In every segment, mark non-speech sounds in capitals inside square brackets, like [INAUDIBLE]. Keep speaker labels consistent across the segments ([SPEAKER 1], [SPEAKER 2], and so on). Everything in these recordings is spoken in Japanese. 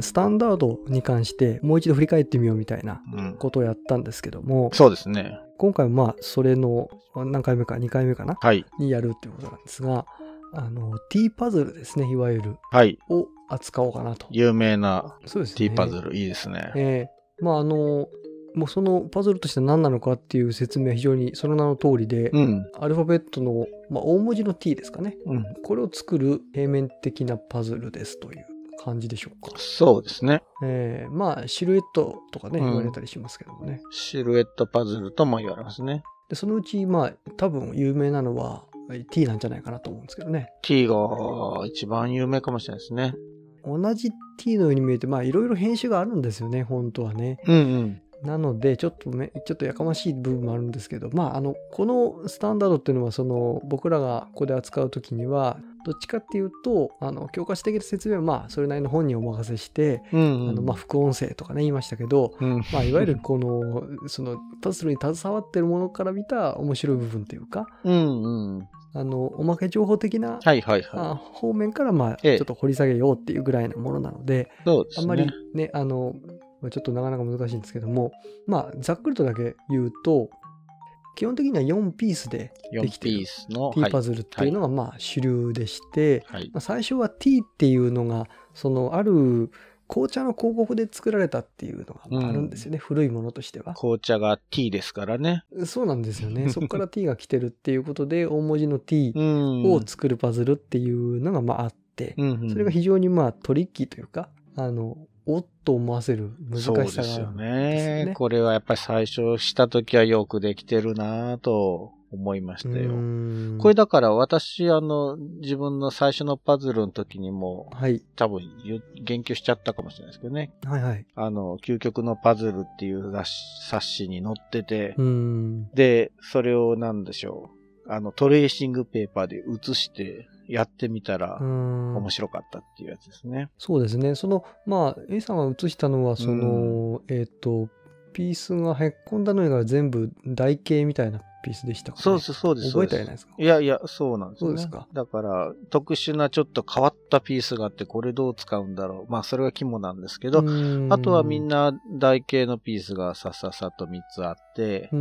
[SPEAKER 1] スタンダードに関してもう一度振り返ってみようみたいな
[SPEAKER 2] うん。
[SPEAKER 1] ことをやったんですけども、
[SPEAKER 2] そうですね。
[SPEAKER 1] 今回はまあそれの何回目か2回目かな
[SPEAKER 2] はい。
[SPEAKER 1] にやるっていうことなんですが、あの、T パズルですね、いわゆる、
[SPEAKER 2] はい。
[SPEAKER 1] を扱おうかなと。
[SPEAKER 2] 有名な
[SPEAKER 1] そうですね。
[SPEAKER 2] T パズル、いいですね。
[SPEAKER 1] ええまああの、もうそのパズルとして何なのかっていう説明は非常にその名の通りで、
[SPEAKER 2] うん。
[SPEAKER 1] アルファベットの、まあ、大文字の T ですかね。
[SPEAKER 2] うん。
[SPEAKER 1] これを作る平面的なパズルですという感じでしょうか。
[SPEAKER 2] そうですね。
[SPEAKER 1] ええまあシルエットとかね、
[SPEAKER 2] うん
[SPEAKER 1] 言われたりしますけどもね。
[SPEAKER 2] シルエットパズルとも言われますね。
[SPEAKER 1] で、そのうち、まあ多分有名なのは T なんじゃないかなと思うんですけどね。
[SPEAKER 2] T が一番有名かもしれないですね。
[SPEAKER 1] 同じ T のように見えて、まあいろいろ編集があるんですよね、本当はね。
[SPEAKER 2] うんうん。
[SPEAKER 1] なので、ちょっとめ、ちょっとやかましい部分もあるんですけど、まあ、あの、このスタンダードっていうのは、その、僕らがここで扱うときには、どっちかっていうと、あの、教科書的な説明は、まあ、それなりの本にお任せして、
[SPEAKER 2] うん、
[SPEAKER 1] あ
[SPEAKER 2] う
[SPEAKER 1] の、
[SPEAKER 2] ん。
[SPEAKER 1] まあ、副音声とかね、言いましたけど、
[SPEAKER 2] うん、
[SPEAKER 1] まあ、いわゆるこの、その、パズルに携わってるものから見た面白い部分というか、
[SPEAKER 2] うんうん。
[SPEAKER 1] あの、おまけ情報的な、
[SPEAKER 2] はいはい
[SPEAKER 1] あ
[SPEAKER 2] は
[SPEAKER 1] 方面から、まあ、ち
[SPEAKER 2] ええ
[SPEAKER 1] ょっと掘り下げようっていうぐらいなものなので、
[SPEAKER 2] い。そうで
[SPEAKER 1] あ
[SPEAKER 2] すね。
[SPEAKER 1] んまりね、あの、まあちょっとなかなか難しいんですけども、まあ、ざっくりとだけ言うと、基本的には4ピースででき
[SPEAKER 2] 4
[SPEAKER 1] てる
[SPEAKER 2] ピースの。
[SPEAKER 1] T パ
[SPEAKER 2] ズ
[SPEAKER 1] ズルっていうのがまあ主流でして、
[SPEAKER 2] ル。はい。
[SPEAKER 1] まあ最初は T っていうのが、そのある紅茶の広告で作られたっていうのがまああるんですよね、古いものとしては。
[SPEAKER 2] 紅茶が T ですからね。
[SPEAKER 1] そうなんですよ
[SPEAKER 2] [LAUGHS]
[SPEAKER 1] ね。そこから T が来てるっていうことで、大文字の T
[SPEAKER 2] うん。
[SPEAKER 1] を作るパズルっていうのがまああって、
[SPEAKER 2] うんうん、
[SPEAKER 1] それが非常にまあトリッキーというか、あの、おっと思わせる難しさ
[SPEAKER 2] そう
[SPEAKER 1] があ
[SPEAKER 2] で
[SPEAKER 1] る。
[SPEAKER 2] すよ
[SPEAKER 1] ですよ
[SPEAKER 2] ね
[SPEAKER 1] ね。
[SPEAKER 2] これはやっぱり最初した時はよくできてるなぁと思いました
[SPEAKER 1] う
[SPEAKER 2] よ。
[SPEAKER 1] ーん
[SPEAKER 2] これだから私、あの、自分の最初のパズルの時にも、
[SPEAKER 1] はい。
[SPEAKER 2] 多分言う言及しちゃったかもしれないですけどね。
[SPEAKER 1] はいはい。
[SPEAKER 2] あの、究極のパズルっていう雑誌冊子に載ってて、
[SPEAKER 1] うーん。
[SPEAKER 2] で、それをなんでしょう。あの、トレーシングペーパーで写してやってみたら
[SPEAKER 1] うーん
[SPEAKER 2] 面白かったっていうやつですね。
[SPEAKER 1] そうですね。その、まあ、A さんが写したのは、その、えっ、と、ピースがへっこんだのが全部台形みたいなピースでしたか、ね、
[SPEAKER 2] そうです、そうです。
[SPEAKER 1] 覚えたじゃ
[SPEAKER 2] そう
[SPEAKER 1] ない
[SPEAKER 2] です
[SPEAKER 1] ですか。
[SPEAKER 2] いやいや、そうなんですよね。
[SPEAKER 1] そうですか
[SPEAKER 2] だから、特殊なちょっと変わったピースがあって、これどう使うんだろう。まあ、それが肝なんですけど、あとはみん
[SPEAKER 1] な、
[SPEAKER 2] な台形のピースがさっさっさと3つあって、
[SPEAKER 1] うー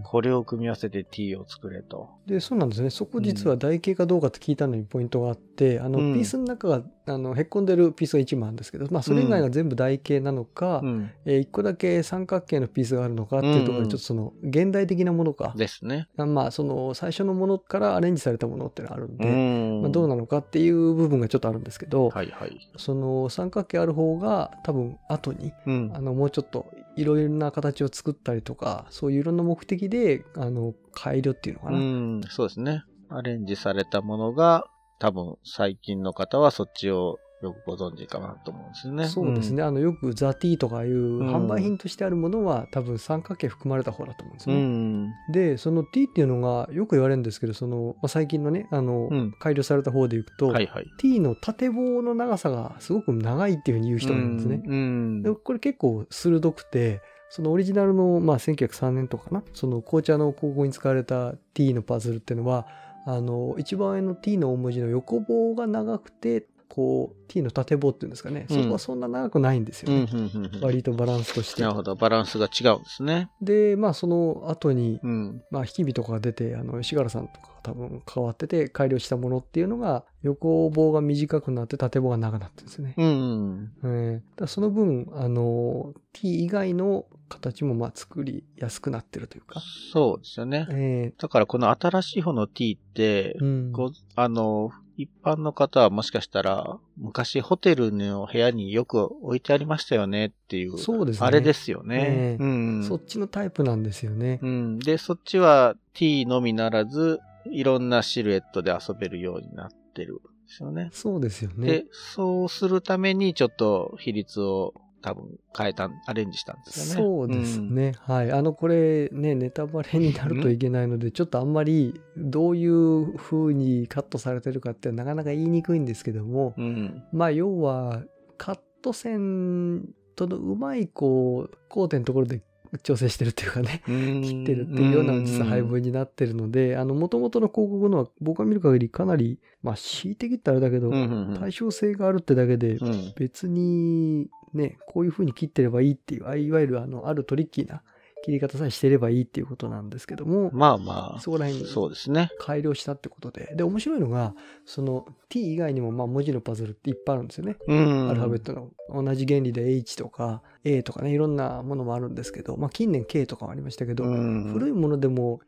[SPEAKER 1] ん。
[SPEAKER 2] これを組み合わせて T を作れと。
[SPEAKER 1] で、そうなんですね。そこ実は台形かどうかって聞いたのにポイントがあって、あの、
[SPEAKER 2] うん
[SPEAKER 1] ピースの中が、あの、へっこんでるピースが1枚あるんですけど、まあ、それ以外が全部台形なのか、
[SPEAKER 2] うん。
[SPEAKER 1] え1個だけ三角形のピースがあるのかっていうところ
[SPEAKER 2] うん
[SPEAKER 1] で、
[SPEAKER 2] うん
[SPEAKER 1] ちょっとその、現代的なものか、
[SPEAKER 2] ですね。
[SPEAKER 1] あまあその最初のものからアレンジされたものっていうのがあるんで、
[SPEAKER 2] ん
[SPEAKER 1] まあ、どうなのかっていう部分がちょっとあるんですけど、
[SPEAKER 2] はいはい。
[SPEAKER 1] その三角形ある方が多分後に
[SPEAKER 2] うん
[SPEAKER 1] あ。のもうちょっといろいろな形を作ったりとかそういういろんな目的であの改良っていうのか
[SPEAKER 2] う
[SPEAKER 1] な、
[SPEAKER 2] ん、そうですね。アレンジされたものが、多分最近の方はそっちをよくご存知かなと思うんですよね。
[SPEAKER 1] そうですね、あのよくザ・ティーとかいう販売品としてあるものは多分三角形含まれた方だと思うんです
[SPEAKER 2] う
[SPEAKER 1] よね。
[SPEAKER 2] ん。
[SPEAKER 1] でその T っていうのがよく言われるんですけどその、まあ、最近のねあの、
[SPEAKER 2] うん。
[SPEAKER 1] 改良された方でいくと、
[SPEAKER 2] うん。はいはい。
[SPEAKER 1] T の縦棒の長さがすごく長いっていうふうに言う人がいるんですね。
[SPEAKER 2] うん。
[SPEAKER 1] でこれ結構鋭くてそのオリジナルの、まあ、1903年とかなその紅茶の広告に使われた T のパズルっていうのはあの一番上の T の大文字の横棒が長くてこう T の縦棒っていうんですかねそこはそんな長くないんですよ
[SPEAKER 2] うん、
[SPEAKER 1] ね、
[SPEAKER 2] うん、うん。うん
[SPEAKER 1] 割とバランスとして
[SPEAKER 2] なるほど。バランスが違うんですね。
[SPEAKER 1] でまあその後に、
[SPEAKER 2] うん。
[SPEAKER 1] まあ、引き火とかが出てあの石原さんとかが多分変わってて改良したものっていうのが横棒が短くなって縦棒が長くなってるんですよね、
[SPEAKER 2] うん。
[SPEAKER 1] えーだからその分、あの T 以外の形もまあ作りやすくなってるというか、
[SPEAKER 2] そうですよね。
[SPEAKER 1] え
[SPEAKER 2] だからこの新しい方の T って
[SPEAKER 1] ー、うん、
[SPEAKER 2] ごあの、一般の方はもしかしたら、昔ホテルの部屋によく置いてありましたよねっていう、
[SPEAKER 1] そうですね
[SPEAKER 2] あれですよね。
[SPEAKER 1] ええ
[SPEAKER 2] うん。
[SPEAKER 1] そっちのタイプなんですよね。
[SPEAKER 2] うん。で、そっちは T のみならず、いろんなシルエットで遊べるようになってるんですよね。
[SPEAKER 1] そうですよね
[SPEAKER 2] で。、そうするためにちょっと比率を多分変えた、アレンジしたんです
[SPEAKER 1] そ
[SPEAKER 2] よね。
[SPEAKER 1] うです
[SPEAKER 2] ん。
[SPEAKER 1] ね、はい。あの、これね、ネタバレになるといけないので、ちょっとあんまりどういう風にカットされてるかってなかなか言いにくいんですけども、
[SPEAKER 2] うん。
[SPEAKER 1] まあ、要は、カット線とのうまい、こう、交点のところで調整してるっていうかね、切
[SPEAKER 2] 切
[SPEAKER 1] ってるっていうような実は配分になってるので、あの、元々の広告のは僕が見る限りかなり、まあ、恣いてきってあれだけど、対象性があるってだけで、
[SPEAKER 2] うん
[SPEAKER 1] 別に、ね、こういう風に切ってればいいっていう、あいわゆるあの、あるトリッキーな切り方さえしてればいいっていうことなんですけども、
[SPEAKER 2] まあまあ、
[SPEAKER 1] そこら辺
[SPEAKER 2] そうですね。
[SPEAKER 1] 改良したってことで。で、面白いのが、その t 以外にもまあ文字のパズルっていっぱいあるんですよね。
[SPEAKER 2] うん
[SPEAKER 1] アルファベットの同じ原理で H とか A とかね、いろんなものもあるんですけど、まあ近年 K とかもありましたけど、
[SPEAKER 2] うん
[SPEAKER 1] 古いものでも、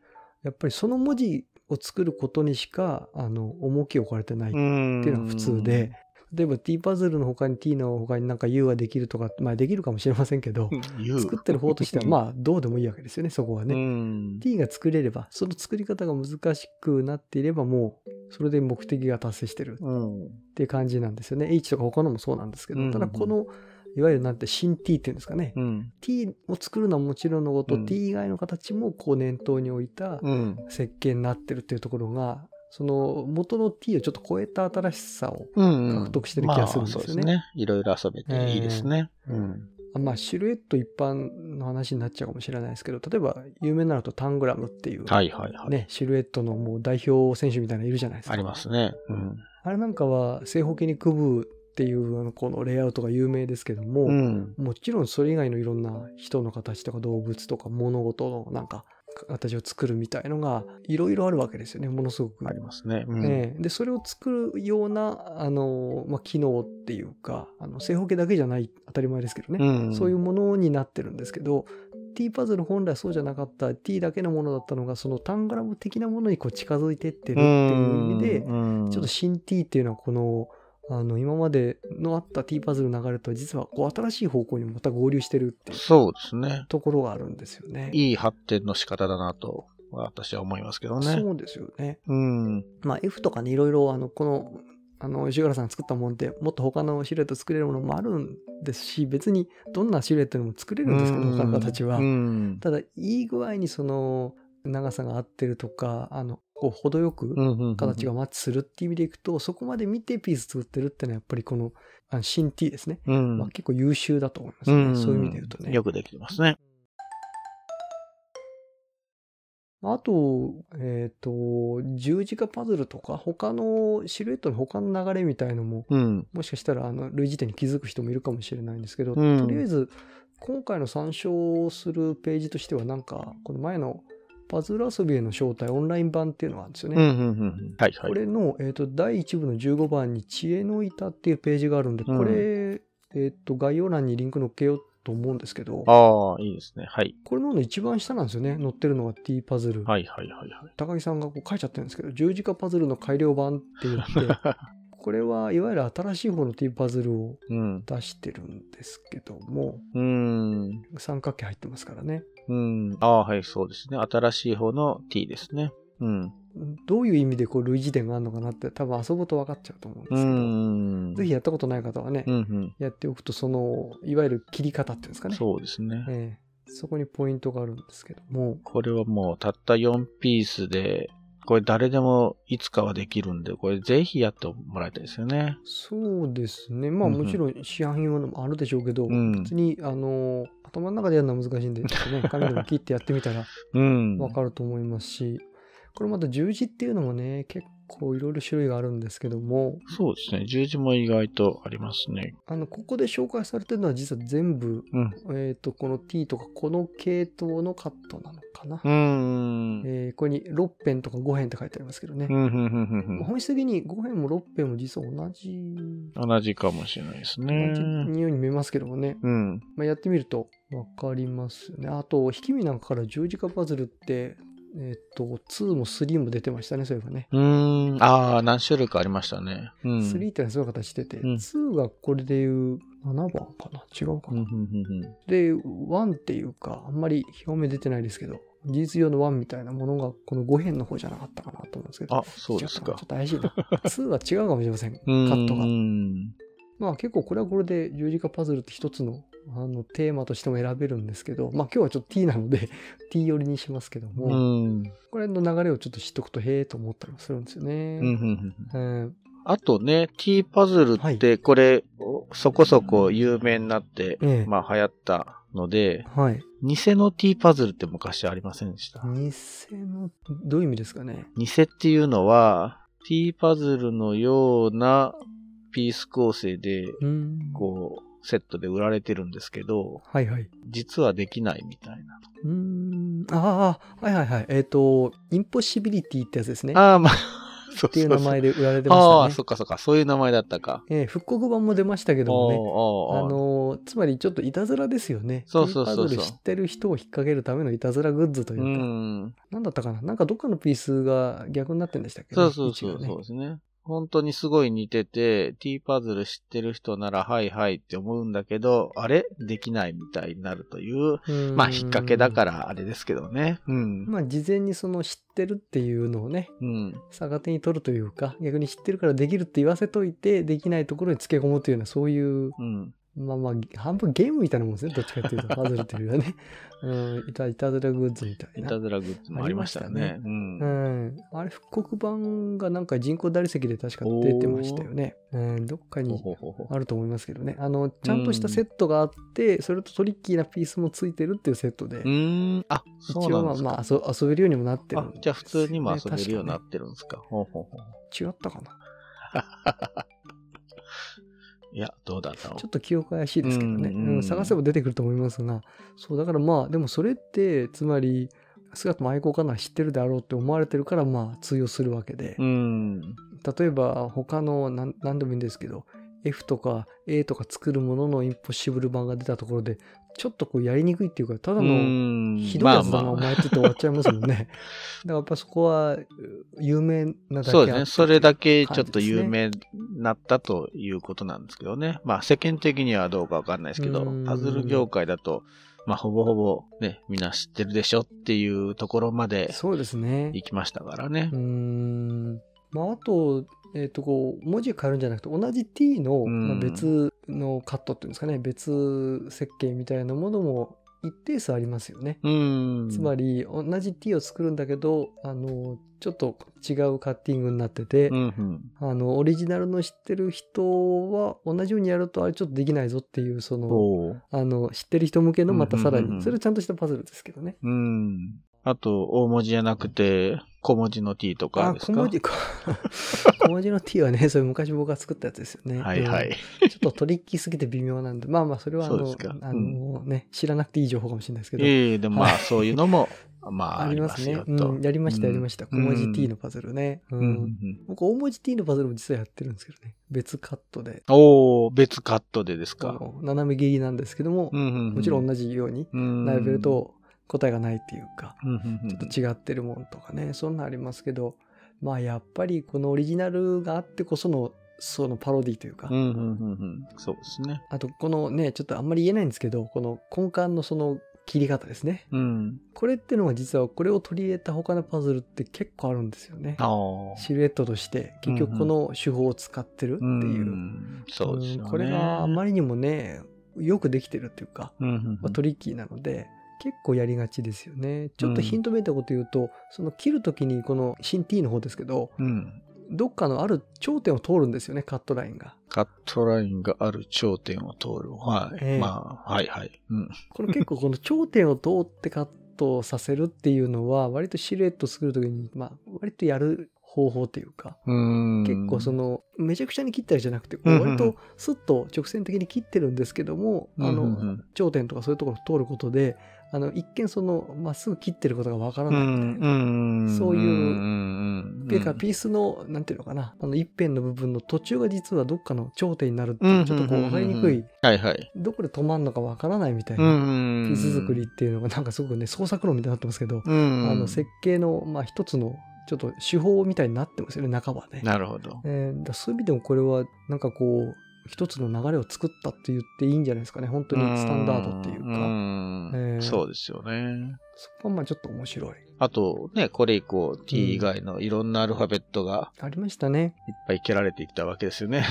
[SPEAKER 1] やっぱりその文字を作ることにしか、あの、重きを置かれてないっ
[SPEAKER 2] って
[SPEAKER 1] いうのが普通で、例えば t パズルの他に t の他になんか u ができるとか、まあできるかもしれませんけど、作ってる方としては、まあどうでもいいわけですよね、そこは
[SPEAKER 2] あ
[SPEAKER 1] ね。
[SPEAKER 2] ね
[SPEAKER 1] T が作れれば、その作り方が難しくなっていれば、もう、それで目的が達成してるっていう感じなんですよね。H とか他のもそうなんですけ
[SPEAKER 2] うんうん
[SPEAKER 1] ど、
[SPEAKER 2] うん
[SPEAKER 1] ただこの、いわゆるなんて新 T っていうんですかね。T を作るのはもちろんのこと、
[SPEAKER 2] うん
[SPEAKER 1] T 以外の形もこう念頭に置いた設計になってるっていうところが、その元の T をちょっと超えた新しさを、獲
[SPEAKER 2] 獲
[SPEAKER 1] 得してる気がするんですよね
[SPEAKER 2] いろいろ遊べていいですね。うん
[SPEAKER 1] あまあシルエット一般の話になっちゃうかもしれないですけど、例えば有名になるとタングラムっていう、
[SPEAKER 2] はいはいはい。
[SPEAKER 1] ね、シルエットのもう代表選手みたいなのいるじゃないですか。
[SPEAKER 2] ありますね。うん
[SPEAKER 1] あれなんかは正方形に区分っていうあのこのレイアウトが有名ですけども、
[SPEAKER 2] うん
[SPEAKER 1] もちろんそれ以外のいろんな人の形とか動物とか物事のなんか形を作るみたいのがいろいろあるわけですよね、ものすごく。
[SPEAKER 2] ありますね。うん
[SPEAKER 1] ええで、それを作るような、あの、まあ、機能っていうか、あの正方形だけじゃない、当たり前ですけどね、
[SPEAKER 2] うん
[SPEAKER 1] そういうものになってるんですけど、T パズル本来そうじゃなかった T だけのものだったのが、そのタングラム的なものにこう近づいてってるっていう意味で、
[SPEAKER 2] うん
[SPEAKER 1] ちょっと新 T っていうのはこの、あの、今までのあった T パズルの流れとは実はこう新しい方向にまた合流してるっていう
[SPEAKER 2] そうですね。
[SPEAKER 1] ところがあるんですよね。
[SPEAKER 2] いい発展の仕方だなと、私は思いますけどね。
[SPEAKER 1] そうですよね。
[SPEAKER 2] うん。
[SPEAKER 1] まあ F とかね、いろいろあの、この、あの、吉原さんが作ったもんって、もっと他のシルエット作れるものもあるんですし、別にどんなシルエットでも作れるんですけど、他の形は
[SPEAKER 2] う。ん
[SPEAKER 1] ただ、いい具合にその、長さが合ってるとか、あの、こう、程よく、
[SPEAKER 2] うん
[SPEAKER 1] 形がマッチするっていう意味でいくと、そこまで見てピース作ってるってのはやっぱりこのあの新 T ですね、
[SPEAKER 2] うん
[SPEAKER 1] まあ、結構優秀だと思いますね、
[SPEAKER 2] ん
[SPEAKER 1] そういう意味で言うとね
[SPEAKER 2] よ。くできてますね。
[SPEAKER 1] まああと、えっ、と、十字架パズルとか、他のシルエットの他の流れみたいのも、
[SPEAKER 2] うん。
[SPEAKER 1] もしかしたらあの類似点に気づく人もいるかもしれないんですけど、
[SPEAKER 2] うん
[SPEAKER 1] とりあえず今回の参照するページとしてはなんか、この前のパズル遊びへの招待オンライン版っていうのがあるんですよね。
[SPEAKER 2] うんうんうんうん。はいはい。
[SPEAKER 1] これの、えー、と第1部の15番に「知恵の板」っていうページがあるんで、
[SPEAKER 2] うん
[SPEAKER 1] これ、えー、と概要欄にリンク載っけようと思うんですけど、
[SPEAKER 2] ああ、いいですね。はい。
[SPEAKER 1] これの一番下なんですよね、載ってるのが T パズル。
[SPEAKER 2] はいはいはいはい。
[SPEAKER 1] 高木さんがこう書いちゃってるんですけど、十字架パズルの改良版って言っ
[SPEAKER 2] [LAUGHS]
[SPEAKER 1] て、これはいわゆる新しい方の T パズルを
[SPEAKER 2] うん。
[SPEAKER 1] 出してるんですけども、
[SPEAKER 2] うん。
[SPEAKER 1] 三角形入ってますからね。
[SPEAKER 2] うん。ああ、はい、そうですね。新しい方の T ですね。うん。
[SPEAKER 1] どういう意味でこう類似点があるのかなって多分遊ぶと分かっちゃうと思うんで
[SPEAKER 2] う
[SPEAKER 1] すけど、
[SPEAKER 2] ん。
[SPEAKER 1] ぜひやったことない方はね、
[SPEAKER 2] うんうん。
[SPEAKER 1] やっておくと、その、いわゆる切り方っていうんですかね。
[SPEAKER 2] そうですね。
[SPEAKER 1] ええそこにポイントがあるんですけども、
[SPEAKER 2] これはもうたった4ピースで、これ誰でもいつかはできるんで、これぜひやってもらいたいですよね。
[SPEAKER 1] そうですね。まあ
[SPEAKER 2] うんうん
[SPEAKER 1] もちろん市販品はもあるでしょうけど、
[SPEAKER 2] うん
[SPEAKER 1] 別に、あの、頭の中でやるのは難しいんで、ちょっと
[SPEAKER 2] [LAUGHS]
[SPEAKER 1] ね、紙でも切ってやってみたら
[SPEAKER 2] うん。
[SPEAKER 1] わかると思いますし、これまた十字っていうのもね、結構いろいろ種類があるんですけども、
[SPEAKER 2] そうですね。十字も意外とありますね。
[SPEAKER 1] あの、ここで紹介されてるのは実は全部、
[SPEAKER 2] うん。
[SPEAKER 1] えっ、と、この T とか、この系統のカットなのかな。
[SPEAKER 2] うん。うん。
[SPEAKER 1] えーこれに6辺とか5辺って書いてありますけどね。
[SPEAKER 2] うんうんうんうん
[SPEAKER 1] 本質的に5辺も6辺も実は同じ、
[SPEAKER 2] 同じかもしれないですね
[SPEAKER 1] 同。じにように見えますけどもね、
[SPEAKER 2] うん。
[SPEAKER 1] まあ、やってみると分かりますねあと引き身なんかから十字架パズルってえっ、と2も3も出てましたねそういえばね、
[SPEAKER 2] うん。ああ、何種類かありましたね。うん。
[SPEAKER 1] 3ってのはそういう形してて、
[SPEAKER 2] ん
[SPEAKER 1] 2がこれでいう7番かな違うか
[SPEAKER 2] うん
[SPEAKER 1] な、
[SPEAKER 2] うんうんうん
[SPEAKER 1] で1っていうかあんまり表面出てないですけど事実上の1みたいなものがこの5辺の方じゃなかったかなと思うんですけど
[SPEAKER 2] あ、そうです
[SPEAKER 1] 違ったな
[SPEAKER 2] か
[SPEAKER 1] ちょ。っと怪しい
[SPEAKER 2] [LAUGHS]
[SPEAKER 1] な2は違うかもしれません
[SPEAKER 2] カ
[SPEAKER 1] ットが
[SPEAKER 2] うん。
[SPEAKER 1] まあ結構これはこれで十字架パズルって一つのあのテーマとしても選べるんですけど、まあ今日はちょっと T なので [LAUGHS] T 寄りにしますけども、
[SPEAKER 2] うん。
[SPEAKER 1] これの流れをちょっと知っとくとへえと思ったりもするんですよ
[SPEAKER 2] うんうんう
[SPEAKER 1] ね。
[SPEAKER 2] ん
[SPEAKER 1] うん
[SPEAKER 2] あとね、T パズル
[SPEAKER 1] は
[SPEAKER 2] っ
[SPEAKER 1] い
[SPEAKER 2] て、これ、そこそこ有名になって、
[SPEAKER 1] ええ
[SPEAKER 2] まあ流行ったので、
[SPEAKER 1] はい。
[SPEAKER 2] 偽の T パズルって昔ありませんでした。
[SPEAKER 1] 偽の、どういう意味ですかね。
[SPEAKER 2] 偽っていうのは、T パズルのようなピース構成で、
[SPEAKER 1] うん。
[SPEAKER 2] こう、セットで売られてるんですけど、
[SPEAKER 1] はいはい。
[SPEAKER 2] 実はできないみたいな。
[SPEAKER 1] うーん。ああ、はいはいはい。えっ、と、インポッシビリティってやつですね。っ
[SPEAKER 2] ああ、まあ、 [LAUGHS] そうそう
[SPEAKER 1] ていう名前で売られてま
[SPEAKER 2] ああ、
[SPEAKER 1] したね。
[SPEAKER 2] そっかそっか、そういう名前だったか。
[SPEAKER 1] えー復刻版も出ましたけどもね。
[SPEAKER 2] お
[SPEAKER 1] あ
[SPEAKER 2] ーおーおー
[SPEAKER 1] のーつまりちょっといたずらですよね。
[SPEAKER 2] そうそうそうそう
[SPEAKER 1] テーパズル知ってる人を引っ掛けるためのいたずらグッズといううか、
[SPEAKER 2] ん。
[SPEAKER 1] なんだったかななんかどっかのピースが逆になってんでしたっけ、ね、
[SPEAKER 2] そうそうそ
[SPEAKER 1] 位
[SPEAKER 2] う、
[SPEAKER 1] 置がね
[SPEAKER 2] そうですね。本当にすごい似てて、T パズル知ってる人なら、はいはいって思うんだけど、あれできないみたいになるという、
[SPEAKER 1] うん
[SPEAKER 2] まあ、引っ掛けだからあれですけどね。うん。
[SPEAKER 1] まあ事前にその知ってるっていうのをね
[SPEAKER 2] うん。
[SPEAKER 1] 逆手に取るというか逆に知ってるからできるって言わせといてできないところにつけ込むというようなそういう
[SPEAKER 2] うん。
[SPEAKER 1] まあまあ半分ゲームみたいなもんですねどっちかっていう
[SPEAKER 2] [LAUGHS]
[SPEAKER 1] とパズルというよりはね、うん、いたいたずらグッズみたい
[SPEAKER 2] い
[SPEAKER 1] な
[SPEAKER 2] たずらグッズもありましたよ
[SPEAKER 1] あ
[SPEAKER 2] ね。
[SPEAKER 1] り
[SPEAKER 2] う。
[SPEAKER 1] うんん、あれ復刻版がなんか人工大理石で確か出てましたよね、うん、どっか
[SPEAKER 2] ほ
[SPEAKER 1] に
[SPEAKER 2] ほほほ
[SPEAKER 1] あると思いますけどねあのちゃんとしたセットがあって、それとトリッキーなピースもついてるっていうセットで、
[SPEAKER 2] うーん。あ、
[SPEAKER 1] 一
[SPEAKER 2] そうな
[SPEAKER 1] 応
[SPEAKER 2] ん
[SPEAKER 1] ま
[SPEAKER 2] で
[SPEAKER 1] あ
[SPEAKER 2] すか。
[SPEAKER 1] まあ遊遊べるようにもなってるん
[SPEAKER 2] あ
[SPEAKER 1] ですよね、
[SPEAKER 2] じゃあ普通にも遊べるようにな
[SPEAKER 1] 確か
[SPEAKER 2] ってるんですか。ほうほうほう
[SPEAKER 1] ね違ったかない
[SPEAKER 2] や、どうだったの
[SPEAKER 1] ちょっと記憶怪しいですけどね、
[SPEAKER 2] う
[SPEAKER 1] うん
[SPEAKER 2] うん
[SPEAKER 1] ん探せば出てくると思いますが、そう、だからまあ、でもそれって、つまり、姿も愛好家なら知ってるであろうって思われてるから、まあ、通用するわけで、
[SPEAKER 2] うーん。
[SPEAKER 1] 例えば、他の何、なんでもいいんですけど、F とか A とか作るもののインポッシブル版が出たところで、ちょっとこうやりにくいっていうか、ただのひどいやつだな、
[SPEAKER 2] まあ
[SPEAKER 1] お
[SPEAKER 2] まあ
[SPEAKER 1] 前って言って終わっちゃいます
[SPEAKER 2] [LAUGHS]
[SPEAKER 1] もんね。だからやっぱそこは、う有名なだけあって
[SPEAKER 2] そうですね。それだけ
[SPEAKER 1] 感
[SPEAKER 2] ちょ
[SPEAKER 1] じ
[SPEAKER 2] っと
[SPEAKER 1] ですね
[SPEAKER 2] 有名になったということなんですけどね。まあ世間的にはどうかわかんないですけど
[SPEAKER 1] うー、ん
[SPEAKER 2] パズル業界だと、まあほぼほぼね、みんな知ってるでしょっていうところまで
[SPEAKER 1] そうですね。
[SPEAKER 2] 行きましたからね
[SPEAKER 1] うー。んまあ、あと、えっ、と、こう、文字変えるんじゃなくて、同じ T の、
[SPEAKER 2] うん
[SPEAKER 1] まあ別のカットっていうんですかね、別設計みたいなものも一定数ありますよね。
[SPEAKER 2] うーん。
[SPEAKER 1] つまり、同じ T を作るんだけど、あの、ちょっと違うカッティングになってて、
[SPEAKER 2] うんうん。
[SPEAKER 1] あの、オリジナルの知ってる人は、同じようにやると、あれちょっとできないぞっていう、その、
[SPEAKER 2] おー
[SPEAKER 1] あの、知ってる人向けの、またさら
[SPEAKER 2] うんうんうんうん
[SPEAKER 1] に、それはちゃんとしたパズルですけどね。
[SPEAKER 2] うん。あと、大文字じゃなくて、小文字の t とか
[SPEAKER 1] あ、
[SPEAKER 2] です
[SPEAKER 1] 小
[SPEAKER 2] か
[SPEAKER 1] 文
[SPEAKER 2] [LAUGHS]
[SPEAKER 1] 字か。小文字の T はね、それ昔僕が作ったやつですよね。
[SPEAKER 2] はいは
[SPEAKER 1] うん
[SPEAKER 2] い。
[SPEAKER 1] ちょっとトリッキーすぎて微妙なんで、まあまあ、それはあ
[SPEAKER 2] そう
[SPEAKER 1] の、
[SPEAKER 2] ですか
[SPEAKER 1] あのね、知らなくていい情報かもしれないですけど、
[SPEAKER 2] ええでもま
[SPEAKER 1] は
[SPEAKER 2] あそういうのも、まあありますよ
[SPEAKER 1] ね、
[SPEAKER 2] と
[SPEAKER 1] うん。。やりました、やりました。小文
[SPEAKER 2] うん
[SPEAKER 1] 字 T のパズルね。うん
[SPEAKER 2] うんうん
[SPEAKER 1] 僕、大文字 T のパズルも実はやってるんですけどね。別カットで、
[SPEAKER 2] おお別カットでです
[SPEAKER 1] あ
[SPEAKER 2] か。
[SPEAKER 1] の斜め切りなんですけども、も
[SPEAKER 2] も
[SPEAKER 1] ちろん同じように並
[SPEAKER 2] 並
[SPEAKER 1] べる、と答えがないっていうか、
[SPEAKER 2] うんうんうん
[SPEAKER 1] ちょっと違ってるもんとかね、そんなんありますけど、まあやっぱりこのオリジナルがあってこその、そのパロディというか
[SPEAKER 2] う、んうんうんうんそうですね。
[SPEAKER 1] あとこのね、ちょっとあんまり言えないんですけど、この根幹のその切り方ですね。
[SPEAKER 2] うん。
[SPEAKER 1] これってのは実はこれを取り入れた他のパズルって結構あるんですよね。
[SPEAKER 2] ああ。
[SPEAKER 1] シルエットとして結局この手法を使ってるっていう。
[SPEAKER 2] んそうですよ
[SPEAKER 1] う
[SPEAKER 2] ね。
[SPEAKER 1] んこれがあまりにもね、よくできてるっていうか、
[SPEAKER 2] うんうんう
[SPEAKER 1] まあ
[SPEAKER 2] ん
[SPEAKER 1] トリッキーなので、結構やりがちですよね。ちょっとヒントめいたこと言うと、その切るときにこの新 T の方ですけど、
[SPEAKER 2] うん。
[SPEAKER 1] どっかのある頂点を通るんですよね、カットラインが。
[SPEAKER 2] カットラインがある頂点を通る。はい。
[SPEAKER 1] ええ
[SPEAKER 2] まあ、はいはい。うん。
[SPEAKER 1] この結構この頂点を通ってカットさせるっていうのは、割とシルエット作るときに、まあ、割とやる方法というか、
[SPEAKER 2] うん
[SPEAKER 1] 結構そのめちゃくちゃに切ったりじゃなくてこ
[SPEAKER 2] うんうん
[SPEAKER 1] う割とスッと直線的に切ってるんですけども、あ
[SPEAKER 2] うんうんう
[SPEAKER 1] の
[SPEAKER 2] ん
[SPEAKER 1] 頂点とかそういうところを通ることであの一見そのまっすぐ切ってることがわから
[SPEAKER 2] う
[SPEAKER 1] ない
[SPEAKER 2] ん
[SPEAKER 1] みたいな。
[SPEAKER 2] うんん
[SPEAKER 1] そういうんっていうかピースのなんていうのかなあの一辺の部分の途中が実はどっかの頂点になるっていうちょっとこう分かりにくい。
[SPEAKER 2] はいはい。
[SPEAKER 1] どこで止まるのかわからないみたい
[SPEAKER 2] うん
[SPEAKER 1] な
[SPEAKER 2] うん
[SPEAKER 1] ピ
[SPEAKER 2] うん
[SPEAKER 1] ース作りっていうのがなんかすごくね創作論みたいになってますけど
[SPEAKER 2] うん。
[SPEAKER 1] あの設計のまあ一つのちょっと手法みたいになってますよね半ばね。
[SPEAKER 2] なるほど。
[SPEAKER 1] えーだからそういう意味でもこれはなんかこう一つの流れを作ったって言っていいんじゃないですかね本当にスタンダードっていうか
[SPEAKER 2] ん
[SPEAKER 1] ええ
[SPEAKER 2] そうですよね。
[SPEAKER 1] そこはまあちょっと面白い
[SPEAKER 2] あとね、これ以降 t 以外のいろんなアルファベットが
[SPEAKER 1] ありましたね
[SPEAKER 2] いっぱい蹴られてきたわけですよね。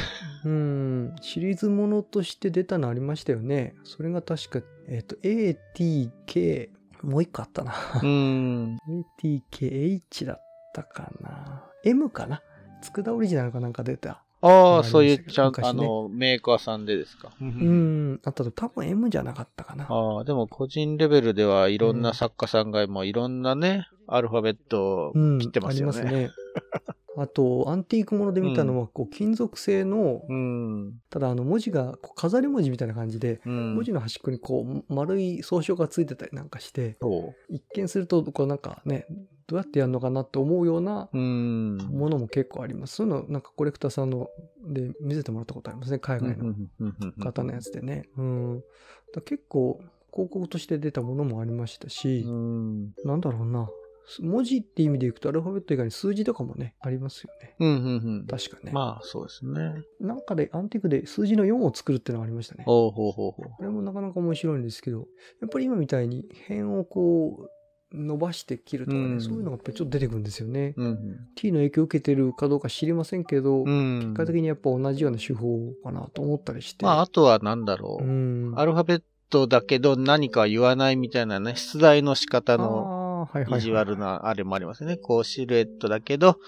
[SPEAKER 1] うんシリーズものとして出たのありましたよねそれが確かえっ、と ATK もう一個あったな [LAUGHS]
[SPEAKER 2] うん。
[SPEAKER 1] ATKH だったかな M かな佃オリジナルかなんか出た
[SPEAKER 2] あ
[SPEAKER 1] あ
[SPEAKER 2] あ、そうい
[SPEAKER 1] り
[SPEAKER 2] う、
[SPEAKER 1] ましたけど
[SPEAKER 2] ちゃ
[SPEAKER 1] 昔
[SPEAKER 2] ん、
[SPEAKER 1] ね
[SPEAKER 2] あの、メーカーさんでですか。う
[SPEAKER 1] う。ん、あったと、多分 M じゃなかったかな。
[SPEAKER 2] ああ、でも個人レベルではいろん
[SPEAKER 1] う
[SPEAKER 2] なん作家さんがもういろんなね、アルファベットを
[SPEAKER 1] うん、
[SPEAKER 2] 切ってますよ
[SPEAKER 1] ありま
[SPEAKER 2] ね。
[SPEAKER 1] すね。あと、アンティークもので見たのは、こう、金属製の、
[SPEAKER 2] うん。
[SPEAKER 1] ただ、あの、文字が、こう飾り文字みたいな感じで、
[SPEAKER 2] うん。
[SPEAKER 1] 文字の端っこにこう、丸い装飾がついてたりなんかして、
[SPEAKER 2] そ
[SPEAKER 1] 一見すると、こうなんかね、どうやってやるのかなって思うような
[SPEAKER 2] う。うん。
[SPEAKER 1] ものも結構あります。そういうの、なんかコレクターさんので見せてもらったことありますね、海外の方のやつでね。うん。だから結構、広告として出たものもありましたし、
[SPEAKER 2] うん。
[SPEAKER 1] なんだろうな。す文字って意味でいくと、アルファベット以外に数字とかもね、ありますよね。
[SPEAKER 2] うんうんうん。
[SPEAKER 1] 確かね。
[SPEAKER 2] まあ、そうですね。
[SPEAKER 1] なんかで、アンティークで数字の4を作るっていうのがありましたね。こ
[SPEAKER 2] おうほうほうほう。
[SPEAKER 1] れもなかなか面白いんですけど、やっぱり今みたいに辺をこう、伸ばして切るとかね、
[SPEAKER 2] うん
[SPEAKER 1] そういうのがやっぱりちょっと出てくるんですよね。
[SPEAKER 2] うん。
[SPEAKER 1] T の影響を受けてるかどうか知りませんけど、
[SPEAKER 2] うん。
[SPEAKER 1] 結果的にやっぱ同じような手法かなと思ったりして。
[SPEAKER 2] まあ、あとはなんだろ
[SPEAKER 1] う
[SPEAKER 2] う。
[SPEAKER 1] ん。
[SPEAKER 2] アルファベットだけど何か言わないみたいなね、出題の仕方の
[SPEAKER 1] の、はいはいはい
[SPEAKER 2] 意地悪。なあれもありますよね。こうシルエットだけど、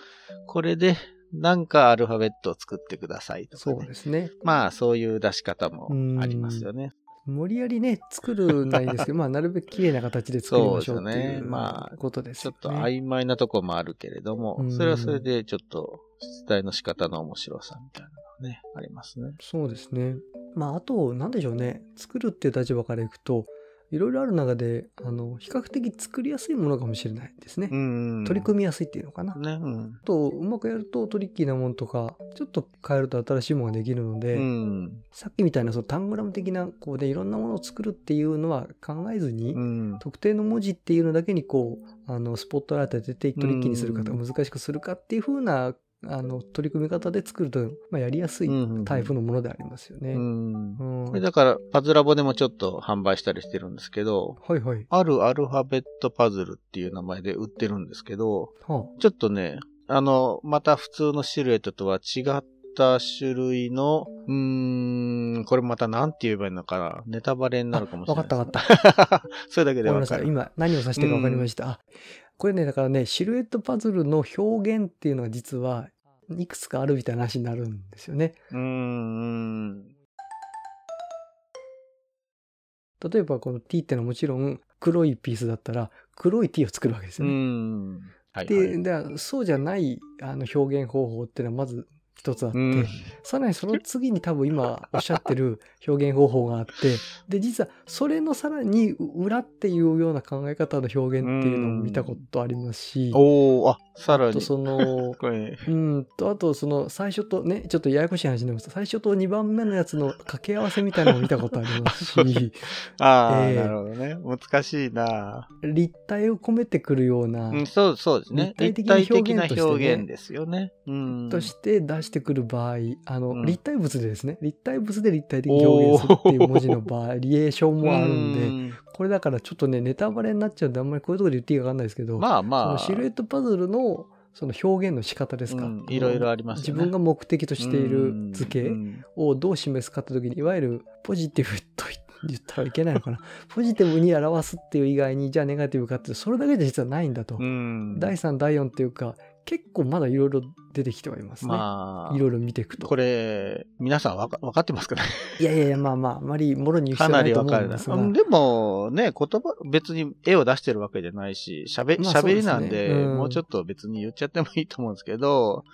[SPEAKER 2] これでなんかアルファベットを作ってくださいとか、
[SPEAKER 1] そ
[SPEAKER 2] ね。
[SPEAKER 1] うですね。
[SPEAKER 2] まあそういう出し方もありますよね。
[SPEAKER 1] 無理やりね、作るないです
[SPEAKER 2] [LAUGHS]
[SPEAKER 1] けど、まあ、なるべく綺麗な形で作りましょう
[SPEAKER 2] そう
[SPEAKER 1] っ
[SPEAKER 2] です
[SPEAKER 1] て
[SPEAKER 2] ね
[SPEAKER 1] いう
[SPEAKER 2] まあ
[SPEAKER 1] ことです
[SPEAKER 2] ちょ
[SPEAKER 1] よ
[SPEAKER 2] っ
[SPEAKER 1] ね。
[SPEAKER 2] と曖昧なとこもあるけれども
[SPEAKER 1] う、ん
[SPEAKER 2] それはそれでちょっと出題の仕方の面白さみたいなのがね、ありますね。
[SPEAKER 1] そうですね。まあ、あと、なんでしょうね。作るっていう立場からいくと、いろいろある中で、あの、比較的作りやすいものかもしれないですね。
[SPEAKER 2] うん。
[SPEAKER 1] 取り組みやすいっていうのかな。
[SPEAKER 2] ね、うん。
[SPEAKER 1] あと、うまくやるとトリッキーなものとか、ちょっと変えると新しいものができるので、
[SPEAKER 2] うん。
[SPEAKER 1] さっきみたいなそのタングラム的な、こうでいろんなものを作るっていうのは考えずに、
[SPEAKER 2] うん。
[SPEAKER 1] 特定の文字っていうのだけにこう、あの、スポットライト当ててトリッキーにするかとか
[SPEAKER 2] うん
[SPEAKER 1] 難しくするかっていう風な、あの、取り組み方で作ると、まあ、やりやすい
[SPEAKER 2] うん
[SPEAKER 1] タイプのものでありますよね。
[SPEAKER 2] うん。
[SPEAKER 1] うん
[SPEAKER 2] これだから、パズラボでもちょっと販売したりしてるんですけど、
[SPEAKER 1] はいはい。
[SPEAKER 2] あるアルファベットパズルっていう名前で売ってるんですけど、
[SPEAKER 1] は
[SPEAKER 2] ちょっとね、あの、また普通のシルエットとは違った種類の、うーん、これまたなんて言えばいいのかな。ネタバレになるかもしれない。
[SPEAKER 1] あわかった
[SPEAKER 2] わかった。 [LAUGHS] それだけ
[SPEAKER 1] あ、ごめ
[SPEAKER 2] で
[SPEAKER 1] ん
[SPEAKER 2] わ
[SPEAKER 1] な
[SPEAKER 2] か
[SPEAKER 1] さい。
[SPEAKER 2] る。
[SPEAKER 1] 今何を指してるか分かりました。あこれね、だからね、シルエットパズルの表現っていうのが実はいくつかあるみたいな話になるんですよね。
[SPEAKER 2] うーん。
[SPEAKER 1] 例えばこの T ってのはもちろん黒いピースだったら黒い T を作るわけです
[SPEAKER 2] う
[SPEAKER 1] よね。
[SPEAKER 2] ん。はい、はい。
[SPEAKER 1] で、でそうじゃないあの表現方法っていうのはまず一つあって、
[SPEAKER 2] うん。
[SPEAKER 1] さらにその次に多分今おっしゃってる表現方法があって、で、実はそれのさらに裏っていうような考え方の表現っていうのも見たことありますし、
[SPEAKER 2] おー、あ、さら
[SPEAKER 1] あと
[SPEAKER 2] に。
[SPEAKER 1] その、
[SPEAKER 2] これ、
[SPEAKER 1] うんと、あとその最初とね、ちょっとややこしい話になります最初と2番目のやつの掛け合わせみたいなのも見たことあります
[SPEAKER 2] [LAUGHS]
[SPEAKER 1] し、
[SPEAKER 2] ああ、
[SPEAKER 1] えー
[SPEAKER 2] なるほどね。難しいな、
[SPEAKER 1] 立体を込めてくるような、
[SPEAKER 2] うん、そう、そうですね。立
[SPEAKER 1] 立体
[SPEAKER 2] 体的
[SPEAKER 1] 的な
[SPEAKER 2] な表
[SPEAKER 1] 表現としてね
[SPEAKER 2] 現,、ですよね。うん。
[SPEAKER 1] として出してくる場合、あの、
[SPEAKER 2] うん
[SPEAKER 1] 立体物でですね、立体物で立体的に表現するっていう文字のバリエーションもあるんで、
[SPEAKER 2] うん
[SPEAKER 1] これだからちょっとね、ネタバレになっちゃうんで、あんまりこういうところで言っていいかわかんないですけど、
[SPEAKER 2] まあ
[SPEAKER 1] そ
[SPEAKER 2] ま
[SPEAKER 1] の
[SPEAKER 2] あ。
[SPEAKER 1] シルエットパズルのその表現の仕方ですか。
[SPEAKER 2] うんいろいろあります
[SPEAKER 1] 自
[SPEAKER 2] よね
[SPEAKER 1] 分が目的としている図
[SPEAKER 2] う
[SPEAKER 1] 形
[SPEAKER 2] ん
[SPEAKER 1] をどう示すかって時に、いわゆるポジティブと言ったらいけないの [LAUGHS] かな。ポジティブに表すっていう以外に、じゃあネガティブかって、それだけじゃ実はないんだと。
[SPEAKER 2] うん
[SPEAKER 1] 第3、第4っていうか、結構まだいろいろ出てきてはいますね。
[SPEAKER 2] まあ、
[SPEAKER 1] いろいろ見ていくと。
[SPEAKER 2] これ、皆さんわかわかってますかね
[SPEAKER 1] いやいやいや、まあまあ、あまりもろに言う
[SPEAKER 2] か
[SPEAKER 1] 必要
[SPEAKER 2] な
[SPEAKER 1] ない
[SPEAKER 2] り
[SPEAKER 1] と
[SPEAKER 2] わ
[SPEAKER 1] 思
[SPEAKER 2] か
[SPEAKER 1] う
[SPEAKER 2] る
[SPEAKER 1] んで
[SPEAKER 2] な。です
[SPEAKER 1] が。
[SPEAKER 2] でも、ね、言葉、別に絵を出してるわけじゃないし、喋、
[SPEAKER 1] まあそう
[SPEAKER 2] 喋
[SPEAKER 1] ですね
[SPEAKER 2] りなんで、
[SPEAKER 1] うん
[SPEAKER 2] もうちょっと別に言っちゃってもいいと思うんですけど、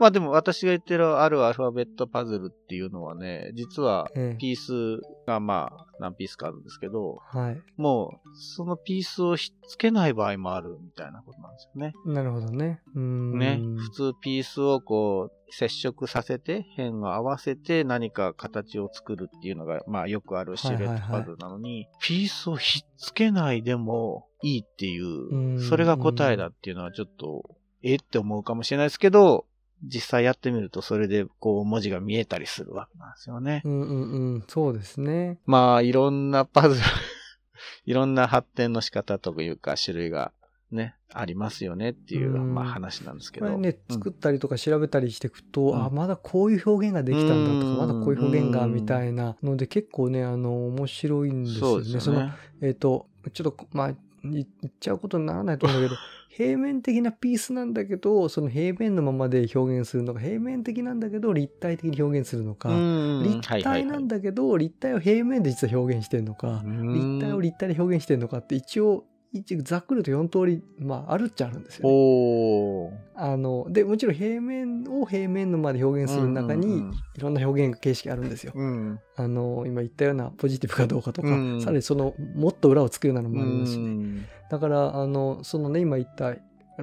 [SPEAKER 2] まあでも私が言ってるあるアルファベットパズルっていうのはね、実は
[SPEAKER 1] ええ
[SPEAKER 2] ピースがまあ何ピースかあるんですけど、
[SPEAKER 1] はい。
[SPEAKER 2] もうそのピースをひっつけない場合もあるみたいなことなんですよね。
[SPEAKER 1] なるほどね。うーん。
[SPEAKER 2] ね、普通ピースをこう、接触させて、辺を合わせて何か形を作るっていうのが、まあよくあるシルエットパズルなのに、ピースをひっつけないでもいいっていうう、
[SPEAKER 1] ん
[SPEAKER 2] それが答えだっていうのはちょっと、えって思うかもしれないですけど、実際やってみるとそれでこう文字が見えたりするわけなんですよね。
[SPEAKER 1] うんうんうん。そうですね。
[SPEAKER 2] まあいろんなパズル、いろんな発展の仕方というか種類がね、ありますよねっていう、
[SPEAKER 1] うん
[SPEAKER 2] まあ話なんですけ
[SPEAKER 1] こ
[SPEAKER 2] ど。
[SPEAKER 1] れね、
[SPEAKER 2] うん
[SPEAKER 1] 作ったりとか調べたりしていくと、
[SPEAKER 2] ん
[SPEAKER 1] あ、まだこういう表現ができたんだとか、ま
[SPEAKER 2] うん
[SPEAKER 1] だこういう表現が、
[SPEAKER 2] うん
[SPEAKER 1] みたいなので、結構ね、あの、面白いんですよね。
[SPEAKER 2] そうですよ
[SPEAKER 1] の、
[SPEAKER 2] ね。
[SPEAKER 1] えっ、と、ちょっと、まあ、言っちゃうことにならないと思うんだけど、平面的なピースなんだけど、その平面のままで表現するのか、平面的なんだけど立体的に表現するのか、
[SPEAKER 2] 立
[SPEAKER 1] 立体なんだけど、立体を平面で実は表現してるのか、立体を立体で表現してるのかって一応、一応ざっくりと4通り、まあ、あるっちゃあるんですよ、ね。
[SPEAKER 2] おー
[SPEAKER 1] あの、で、もちろん平面を平面のまで表現する中に、いろんな表現形式あるんですよ。
[SPEAKER 2] うんうん
[SPEAKER 1] あの、今言ったようなポジティブかどうかとか、
[SPEAKER 2] うん
[SPEAKER 1] さらにその、もっと裏をつくようなの
[SPEAKER 2] うん
[SPEAKER 1] もありますしね。だから、あの、そのね、今言った、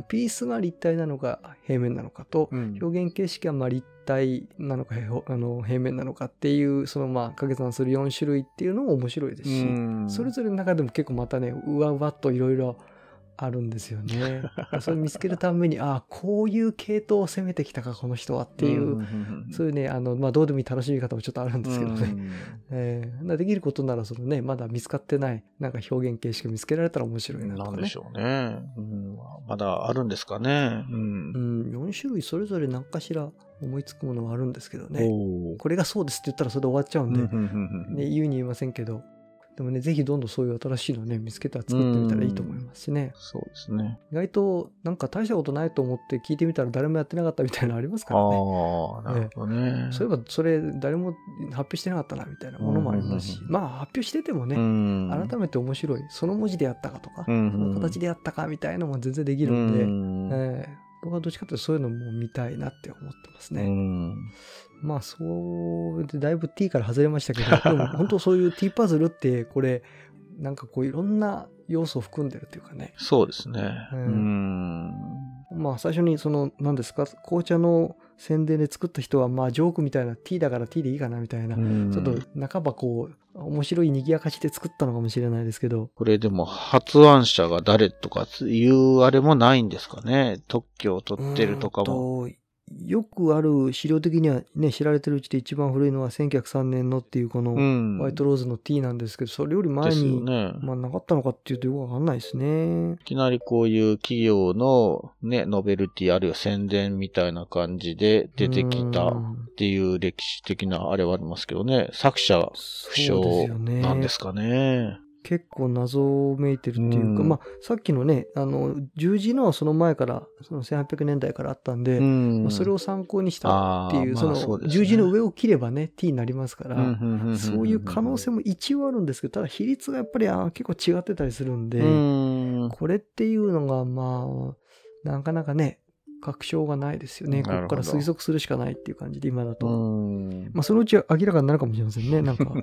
[SPEAKER 1] ピースが立体なのか平面なのかと、
[SPEAKER 2] うん
[SPEAKER 1] 表現形式はまあ立体なのか平あの平面なのかっていう、そのまあ掛け算する4種類っていうのも面白いですし、
[SPEAKER 2] うん
[SPEAKER 1] それぞれの中でも結構またね、うわうわっといろいろあるんですよ
[SPEAKER 2] [LAUGHS]
[SPEAKER 1] ね。それ見つけるために、ああ、こういう系統を攻めてきたか、この人はっていう、
[SPEAKER 2] んんん
[SPEAKER 1] そういうね、あの、まあどうでもいい楽しみ方もちょっとあるんですけどね。えー、だからできることならそのねまだ見つかってないなんか表現形式を見つけられたら面白
[SPEAKER 2] う
[SPEAKER 1] いなんと
[SPEAKER 2] な
[SPEAKER 1] か
[SPEAKER 2] ん
[SPEAKER 1] ね
[SPEAKER 2] でしょうね。うんまだあるんですかね。うん
[SPEAKER 1] うん、4種類それぞれ何かしら思いつくものはあるんですけどね
[SPEAKER 2] おー
[SPEAKER 1] これがそうですって言ったらそれで終わっちゃうん
[SPEAKER 2] うん
[SPEAKER 1] で、
[SPEAKER 2] うんうんうん
[SPEAKER 1] ね、言うに言いませんけどでもねぜひどんどんそういう新しいのね見つけたら作ってみたらいいと思いますしね、
[SPEAKER 2] そうですね。
[SPEAKER 1] 意外となんか大したことないと思って聞いてみたら誰もやってなかったみたいなのあります
[SPEAKER 2] あ
[SPEAKER 1] からね
[SPEAKER 2] あ、なるほどね。
[SPEAKER 1] そういえばそれ誰も発表してなかったなみたいなものもありますし、
[SPEAKER 2] うん
[SPEAKER 1] まあ発表しててもね、
[SPEAKER 2] うん
[SPEAKER 1] 改めて面白いその文字でやったかとか、
[SPEAKER 2] うん
[SPEAKER 1] その形でやったかみたいなのも全然できるんで、
[SPEAKER 2] うん
[SPEAKER 1] ええ僕はどっちかというとそういうのも見たいなって思ってます
[SPEAKER 2] う
[SPEAKER 1] ね。
[SPEAKER 2] ん
[SPEAKER 1] まあ、そうで、だいぶ T から外れましたけ
[SPEAKER 2] [LAUGHS]
[SPEAKER 1] ど、でも本当そういう T パズルって、これ、なんかこういろんな要素を含んでるっていうかね。
[SPEAKER 2] そうですね。
[SPEAKER 1] う
[SPEAKER 2] うんん。
[SPEAKER 1] まあ、最初にその、何ですか、紅茶の宣伝で作った人は、まあ、ジョークみたいな T だから T でいいかなみたいな、
[SPEAKER 2] うん
[SPEAKER 1] ちょっと半ばこう、面白い賑やかしで作ったのかもしれないですけど、
[SPEAKER 2] これでも発案者が誰とかいうあれもないんですかね。特許を取ってるとかも。
[SPEAKER 1] うーんと。よくある資料的にはね、知られてるうちで一番古いのは1903年のっていうこの
[SPEAKER 2] ん
[SPEAKER 1] ホワイトローズの T なんですけど、それより前
[SPEAKER 2] ですよ
[SPEAKER 1] に、
[SPEAKER 2] ね。
[SPEAKER 1] まあなかったのかっていうとよくわかんないですね。
[SPEAKER 2] いきなりこういう企業のね、ノベルティあるいは宣伝みたいな感じで出てきた
[SPEAKER 1] うー
[SPEAKER 2] っ
[SPEAKER 1] ん
[SPEAKER 2] ていう歴史的なあれはありますけどね。作者不
[SPEAKER 1] そうですよ
[SPEAKER 2] 詳
[SPEAKER 1] ね。
[SPEAKER 2] なんですかね。
[SPEAKER 1] 結構謎めいてるっていうか、
[SPEAKER 2] うん
[SPEAKER 1] まあさっきのね、あの、十字のはその前から、その1800年代からあったんで、まあそれ
[SPEAKER 2] を
[SPEAKER 1] を参考にしたっていう、
[SPEAKER 2] あーまあ
[SPEAKER 1] その
[SPEAKER 2] そうです
[SPEAKER 1] 十
[SPEAKER 2] ね
[SPEAKER 1] 字の上を切ればね、T になりますから、そういう可能性も一応あるんですけど、ただ比率がやっぱりあー結構違ってたりするんで、
[SPEAKER 2] うん
[SPEAKER 1] これっていうのが、まあ、なかなかね、確証がないですよね。こ
[SPEAKER 2] なる
[SPEAKER 1] こ
[SPEAKER 2] ほど
[SPEAKER 1] から推測するしかないっていう感じで、今だと。
[SPEAKER 2] うん
[SPEAKER 1] まあ、そのうち明らかになるかもしれません
[SPEAKER 2] [LAUGHS]
[SPEAKER 1] ね。なんか、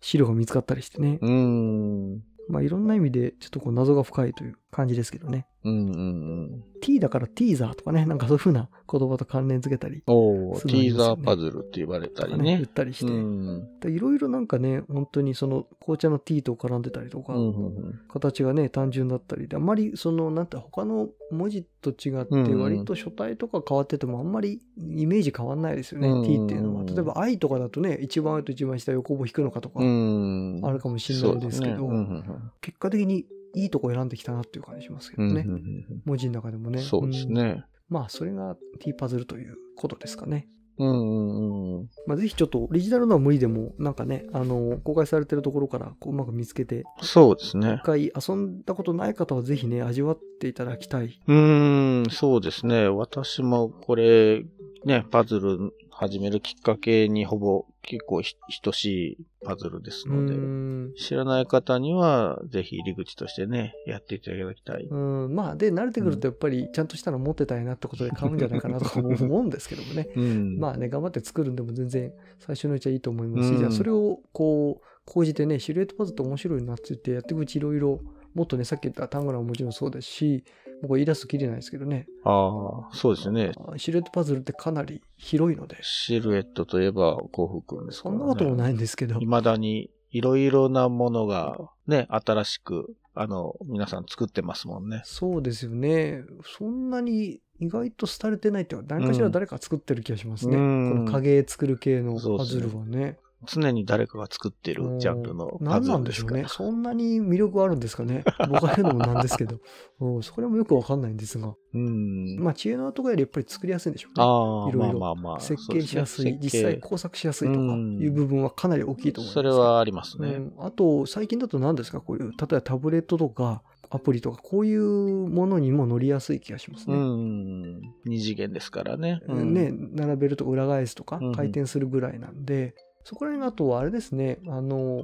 [SPEAKER 1] 資料が見つかったりしてね。
[SPEAKER 2] うん。
[SPEAKER 1] まあ、いろんな意味で、ちょっとこう、謎が深いという感じですけどね。
[SPEAKER 2] うんうんうん。
[SPEAKER 1] T だからティーザーとかね、なんかそういう風な言葉と関連付けたり、
[SPEAKER 2] おー
[SPEAKER 1] す
[SPEAKER 2] テ
[SPEAKER 1] ごいですよね
[SPEAKER 2] ィーザーパズルって言われた
[SPEAKER 1] とか
[SPEAKER 2] り
[SPEAKER 1] ね、言
[SPEAKER 2] ね
[SPEAKER 1] っ。たりし
[SPEAKER 2] う
[SPEAKER 1] て。
[SPEAKER 2] ん。
[SPEAKER 1] でいろいろなんかね、本当にその、紅茶の T と絡んでたりとか、
[SPEAKER 2] うんうんうん
[SPEAKER 1] 形がね単純だったりであんまりそのなんて他の文字と違っ
[SPEAKER 2] うん
[SPEAKER 1] て
[SPEAKER 2] うん
[SPEAKER 1] 割と書体とか変わっててもあんまりイメージ変わんないですよね、
[SPEAKER 2] うんうん
[SPEAKER 1] t っていうのは例えば i とかだとね一番上と一番下横棒引くのかとか
[SPEAKER 2] うん。
[SPEAKER 1] あるかもしれないですけど、
[SPEAKER 2] そうねうんうん
[SPEAKER 1] 結果的にいいとこ選んできたなっていう感じしますけ
[SPEAKER 2] う
[SPEAKER 1] ど
[SPEAKER 2] んうん
[SPEAKER 1] ね、
[SPEAKER 2] うんうん
[SPEAKER 1] 文字の中でも
[SPEAKER 2] う
[SPEAKER 1] ね
[SPEAKER 2] ん。そうです
[SPEAKER 1] ん
[SPEAKER 2] ね。
[SPEAKER 1] まあそれが t パズルということですかね
[SPEAKER 2] うんうんうん。
[SPEAKER 1] まあぜひちょっとオリジナルのは無理でもなんかねあの公開されてるところからこううまく見つけて
[SPEAKER 2] そうですね
[SPEAKER 1] 一。回遊んだことない方はぜひね味わっていただきたいう
[SPEAKER 2] ーん、そうですね。私もこれ、ね、パズル始めるきっかけにほぼ結構ひ等しいパズルです
[SPEAKER 1] う
[SPEAKER 2] ので、
[SPEAKER 1] ん
[SPEAKER 2] 知らない方にはぜひ入り口としてね、やっていただきたい。
[SPEAKER 1] うん、まあで慣れてくるとやっぱりちゃんとしたの持ってたいなってことで買うんじゃないかなとかも思うんですけどもね
[SPEAKER 2] うん
[SPEAKER 1] まあね頑張って作るんでも全然最初のうちはいいと思いますし、
[SPEAKER 2] うん
[SPEAKER 1] じゃあそれをこう講じてねシルエットパズルって面白いなって言ってやっていくうちいろいろもっとねさっき言った単語欄ももちろんそうですし僕は言い出すときりないですけどね
[SPEAKER 2] ああ、そうですね。
[SPEAKER 1] あシルエットパズルってかなり広いので
[SPEAKER 2] シルエットといえば幸福君ですか
[SPEAKER 1] そ
[SPEAKER 2] ら、
[SPEAKER 1] ん
[SPEAKER 2] ね。
[SPEAKER 1] なことも
[SPEAKER 2] い。
[SPEAKER 1] ないんですけど、
[SPEAKER 2] 未だにいろいろなものがね、新しく、あの、皆さん作ってますもんね。
[SPEAKER 1] そうですよねそんなに意外と廃れてないっていうか何かしら誰か作ってる気がしますね、
[SPEAKER 2] うん
[SPEAKER 1] この影作る系の
[SPEAKER 2] そう
[SPEAKER 1] パ
[SPEAKER 2] です
[SPEAKER 1] ズ
[SPEAKER 2] ね
[SPEAKER 1] ルはね
[SPEAKER 2] 常に誰かが作ってるジャンルのパ
[SPEAKER 1] 何
[SPEAKER 2] ズ
[SPEAKER 1] なん
[SPEAKER 2] ル
[SPEAKER 1] で
[SPEAKER 2] で
[SPEAKER 1] し
[SPEAKER 2] す
[SPEAKER 1] ょ
[SPEAKER 2] か
[SPEAKER 1] う
[SPEAKER 2] ら。
[SPEAKER 1] ね。そんなに魅力があるんですか
[SPEAKER 2] [LAUGHS]
[SPEAKER 1] ね。僕は言うのもなんですけど。うん、それもよくわかんないんですが。
[SPEAKER 2] うん。
[SPEAKER 1] まあ、知恵の輪とかよりやっぱり作りやすいんでしょうね。
[SPEAKER 2] ああ、
[SPEAKER 1] いろいろ
[SPEAKER 2] まあまあまあ。
[SPEAKER 1] 設計しやすい、
[SPEAKER 2] そうで
[SPEAKER 1] 実
[SPEAKER 2] すね
[SPEAKER 1] 際工作しやすいとかいう部分はかなり大きいと思います。
[SPEAKER 2] それはあります
[SPEAKER 1] う
[SPEAKER 2] ね。
[SPEAKER 1] ん、あと、最近だと何ですかこういう、例えばタブレットとか、アプリとか、こういうものにも乗りやすい気がします
[SPEAKER 2] う
[SPEAKER 1] ね。
[SPEAKER 2] ん。二次元ですからね。うん
[SPEAKER 1] ね、並べると裏返すとか
[SPEAKER 2] うんうん
[SPEAKER 1] 回転するぐらいなんで、そこら辺あとはあれですねあの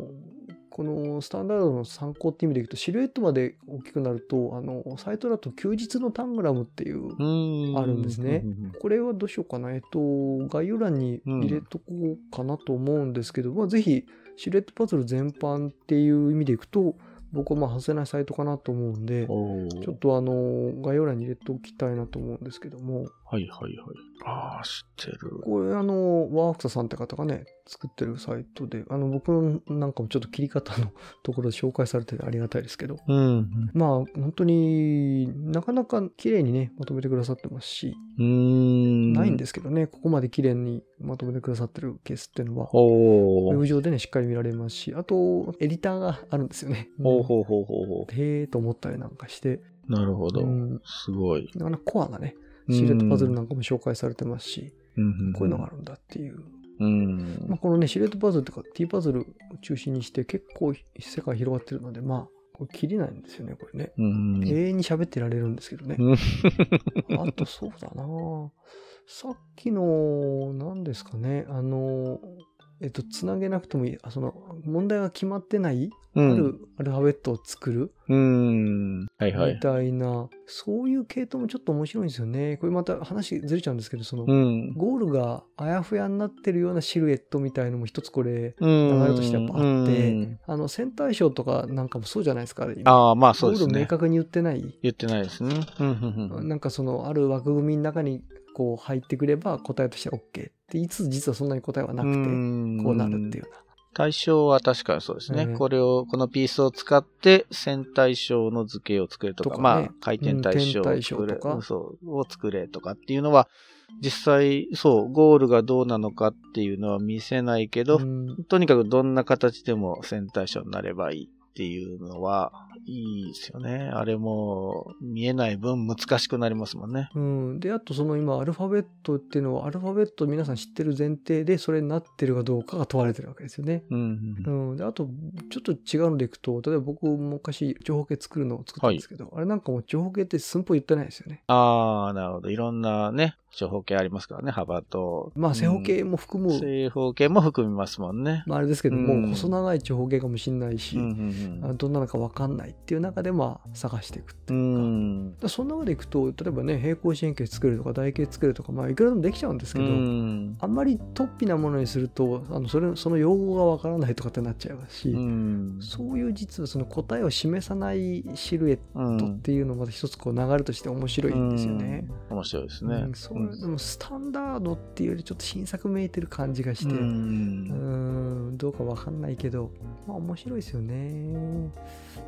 [SPEAKER 1] このスタンダードの参考って意味でいくとシルエットまで大きくなるとあのサイトだと休日のタングラムっていう、
[SPEAKER 2] うん。
[SPEAKER 1] あるんですね
[SPEAKER 2] うんうんうん。
[SPEAKER 1] これはどうしようかなえっと概要欄に入れとこうかなと思うんですけど、まあ、ぜひシルエットパズル全般っていう意味でいくと僕はまあ外せないサイトかなと思うんで
[SPEAKER 2] おー
[SPEAKER 1] ちょっとあの概要欄に入れておきたいなと思うんですけども
[SPEAKER 2] はいはいはい。ああ、知ってる。
[SPEAKER 1] これあのワークサさんって方がね作ってるサイトであの僕のなんかもちょっと切り方のところで紹介されててありがたいですけど
[SPEAKER 2] うん。
[SPEAKER 1] まあ本当になかなか綺麗にねまとめてくださってますし、
[SPEAKER 2] うん。
[SPEAKER 1] ないんですけどねここまで綺麗にまとめてくださってるケースっていうのはウ
[SPEAKER 2] ほ
[SPEAKER 1] ェ
[SPEAKER 2] う
[SPEAKER 1] ブ。上でねしっかり見られますしあとエディターがあるんですよね。
[SPEAKER 2] ほうほうほうほうほ
[SPEAKER 1] へえと思ったりなんかして、
[SPEAKER 2] う。なるほど
[SPEAKER 1] う。ん、
[SPEAKER 2] すごい。
[SPEAKER 1] なかなかコアなねシルエットパズルなんかも紹介されてますし、
[SPEAKER 2] うん。
[SPEAKER 1] こういうのがあるんだっていう
[SPEAKER 2] うん。
[SPEAKER 1] まあ、このね、シルエットパズルとか T パズルを中心にして結構世界広がってるので、まあ、これ切りないんですよね、これね。
[SPEAKER 2] うん。
[SPEAKER 1] 永遠に喋ってられるんですけどね
[SPEAKER 2] [LAUGHS] うん。
[SPEAKER 1] あと、そうだなぁさっきの、何ですかね、あの、えっと、つなげなくてもいい、あその、問題が決まってない、あ
[SPEAKER 2] うん
[SPEAKER 1] るアルファベットを作る
[SPEAKER 2] うん。はいは
[SPEAKER 1] み
[SPEAKER 2] い。
[SPEAKER 1] たいな、そういう系統もちょっと面白いんですよね。これまた話ずれちゃうんですけど、その、
[SPEAKER 2] うん。
[SPEAKER 1] ゴールがあやふやになってるようなシルエットみたいのも一つこれ、
[SPEAKER 2] 流
[SPEAKER 1] 流れとしてやっぱあってあの、戦隊賞とかなんかもそうじゃないですか、あれ今。
[SPEAKER 2] ああ、まあそうです
[SPEAKER 1] ゴール明
[SPEAKER 2] ね。
[SPEAKER 1] 確に言ってない。
[SPEAKER 2] 言ってないですね。うんうんうん
[SPEAKER 1] なんかその、ある枠組みの中にこう入ってくれば答えとしては OK って言いつつ、実はそんなに答えはなくて、こうなるってい
[SPEAKER 2] う
[SPEAKER 1] うよう
[SPEAKER 2] ん。対象は確かにそうですね。
[SPEAKER 1] うん
[SPEAKER 2] これを、このピースを使って、線対称の図形を作れとか、
[SPEAKER 1] とかね
[SPEAKER 2] まあ、回転対称を作
[SPEAKER 1] うん
[SPEAKER 2] れ、
[SPEAKER 1] 点対称とか
[SPEAKER 2] うんそう、を作れとかっていうのは、実際、そう、ゴールがどうなのかっていうのは見せないけど、
[SPEAKER 1] な。うん
[SPEAKER 2] とにかくどんな形でも線対称になればいいっていうのは、いいですよね。あれも、見えない分難しくなりますもんね。
[SPEAKER 1] うん、であとその今アルファベットっていうのはアルファベット皆さん知ってる前提でそれになってるかどうかが問われてるわけですよね。
[SPEAKER 2] うん
[SPEAKER 1] う。ん、であとちょっと違うのでいくと例えば僕昔長方形作るのを作ったんですけど、あれなんかもう長方形って寸法言ってないですよね。
[SPEAKER 2] ああ、なるほど。いろんなね、長方形ありますからね、幅と。
[SPEAKER 1] まあ正方
[SPEAKER 2] うん
[SPEAKER 1] 形も含む、
[SPEAKER 2] 正方形も含みますもんね。
[SPEAKER 1] まあ、あれですけど、
[SPEAKER 2] うん
[SPEAKER 1] もう細長い長方形かもしれないし、
[SPEAKER 2] うん
[SPEAKER 1] あどんなのか分かんないっていう中でまあ探していくって
[SPEAKER 2] う
[SPEAKER 1] いうか,、だか
[SPEAKER 2] ん。
[SPEAKER 1] らその中でいくと例えばね平行四辺形作るとか台形作るとかまあいくらでもできちゃうんですけど、
[SPEAKER 2] うん。
[SPEAKER 1] あんまり突飛なものにするとあのそれその用語が分からないとかってなっちゃうし、
[SPEAKER 2] うん。
[SPEAKER 1] そういう実はその答えを示さないシルエッ
[SPEAKER 2] う
[SPEAKER 1] トっ
[SPEAKER 2] ん。
[SPEAKER 1] ていうのもまた一つこう流れとして面白いんですよね。
[SPEAKER 2] 面白いです
[SPEAKER 1] う
[SPEAKER 2] ね
[SPEAKER 1] ん。そうでもスタンダードっていうよりちょっと新作めいてる感じがして、
[SPEAKER 2] う
[SPEAKER 1] う
[SPEAKER 2] ん
[SPEAKER 1] ーんどうかわかんないけど、まあ、面白いですよね。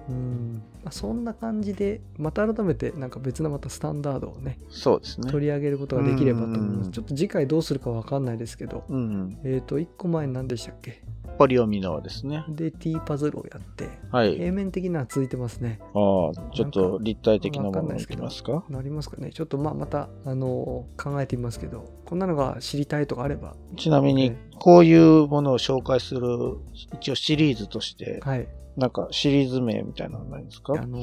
[SPEAKER 1] うんまあ、そんな感じでまた改めてなんか別のまたスタンダードをね
[SPEAKER 2] そうですね。
[SPEAKER 1] 取り上げることができればと思いま
[SPEAKER 2] う
[SPEAKER 1] す。
[SPEAKER 2] ん
[SPEAKER 1] ちょっと次回どうするかわかんないですけど、
[SPEAKER 2] うん。
[SPEAKER 1] えっ、と1個前に何でしたっけ
[SPEAKER 2] ポリオミノですね。
[SPEAKER 1] で T パズルをやって
[SPEAKER 2] はい。
[SPEAKER 1] 平面的なの続いてますね。
[SPEAKER 2] ああ、ちょっと立体的なものいきますか
[SPEAKER 1] なりますかねちょっとまあまた、あの考えてみますけどこんなのが知りたいとかあれば
[SPEAKER 2] ちなみ
[SPEAKER 1] は
[SPEAKER 2] に
[SPEAKER 1] い、
[SPEAKER 2] こういうものを紹介する、一応シリーズとして、
[SPEAKER 1] はい
[SPEAKER 2] なんかシリーズ名みたいなのないですか
[SPEAKER 1] あの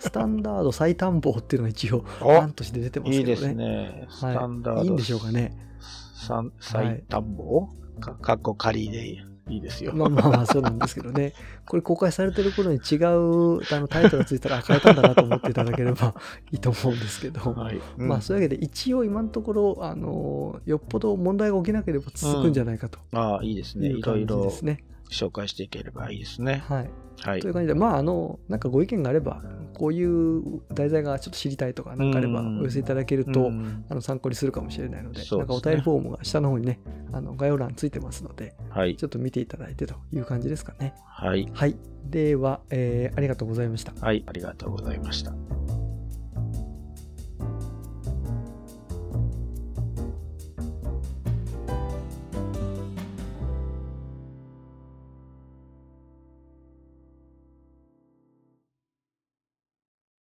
[SPEAKER 1] スタンダード最短棒っていうのが一応
[SPEAKER 2] お
[SPEAKER 1] 案として出てますけどね。
[SPEAKER 2] いいですね。スタンダード。
[SPEAKER 1] いいんでしょうかね。
[SPEAKER 2] さん。最短棒かかっこ仮でいいですよ。
[SPEAKER 1] [LAUGHS] まあまあまあそうなんですけどね。これ公開されてる頃に違うあのタイトルがついたらあ変えたんだなと思っていただければいいと思うんですけど。
[SPEAKER 2] はい。
[SPEAKER 1] まあそういうわけで一応今のところ、あのよっぽど問題が起きなければ続くんじゃないかと
[SPEAKER 2] うんああ、いいですね。
[SPEAKER 1] いう
[SPEAKER 2] いろ
[SPEAKER 1] 感
[SPEAKER 2] い
[SPEAKER 1] じで
[SPEAKER 2] ろ
[SPEAKER 1] すね。
[SPEAKER 2] 紹介していければいいですね。
[SPEAKER 1] はい、
[SPEAKER 2] はい
[SPEAKER 1] とい。う感じでまああのなんかご意見があればこういう題材がちょっと知りたいとかなんかあれば
[SPEAKER 2] うん
[SPEAKER 1] お寄せいただける
[SPEAKER 2] う
[SPEAKER 1] と
[SPEAKER 2] ん
[SPEAKER 1] あの参考にするかもしれないので
[SPEAKER 2] そう
[SPEAKER 1] な
[SPEAKER 2] で
[SPEAKER 1] ん
[SPEAKER 2] すね
[SPEAKER 1] かお便りフォームが下の方にねあの概要欄ついてますので
[SPEAKER 2] はい。
[SPEAKER 1] ちょっと見ていただいてという感じですかね。
[SPEAKER 2] はい。
[SPEAKER 1] はい。では、えーありがとうございました。
[SPEAKER 2] はい。ありがとうございました。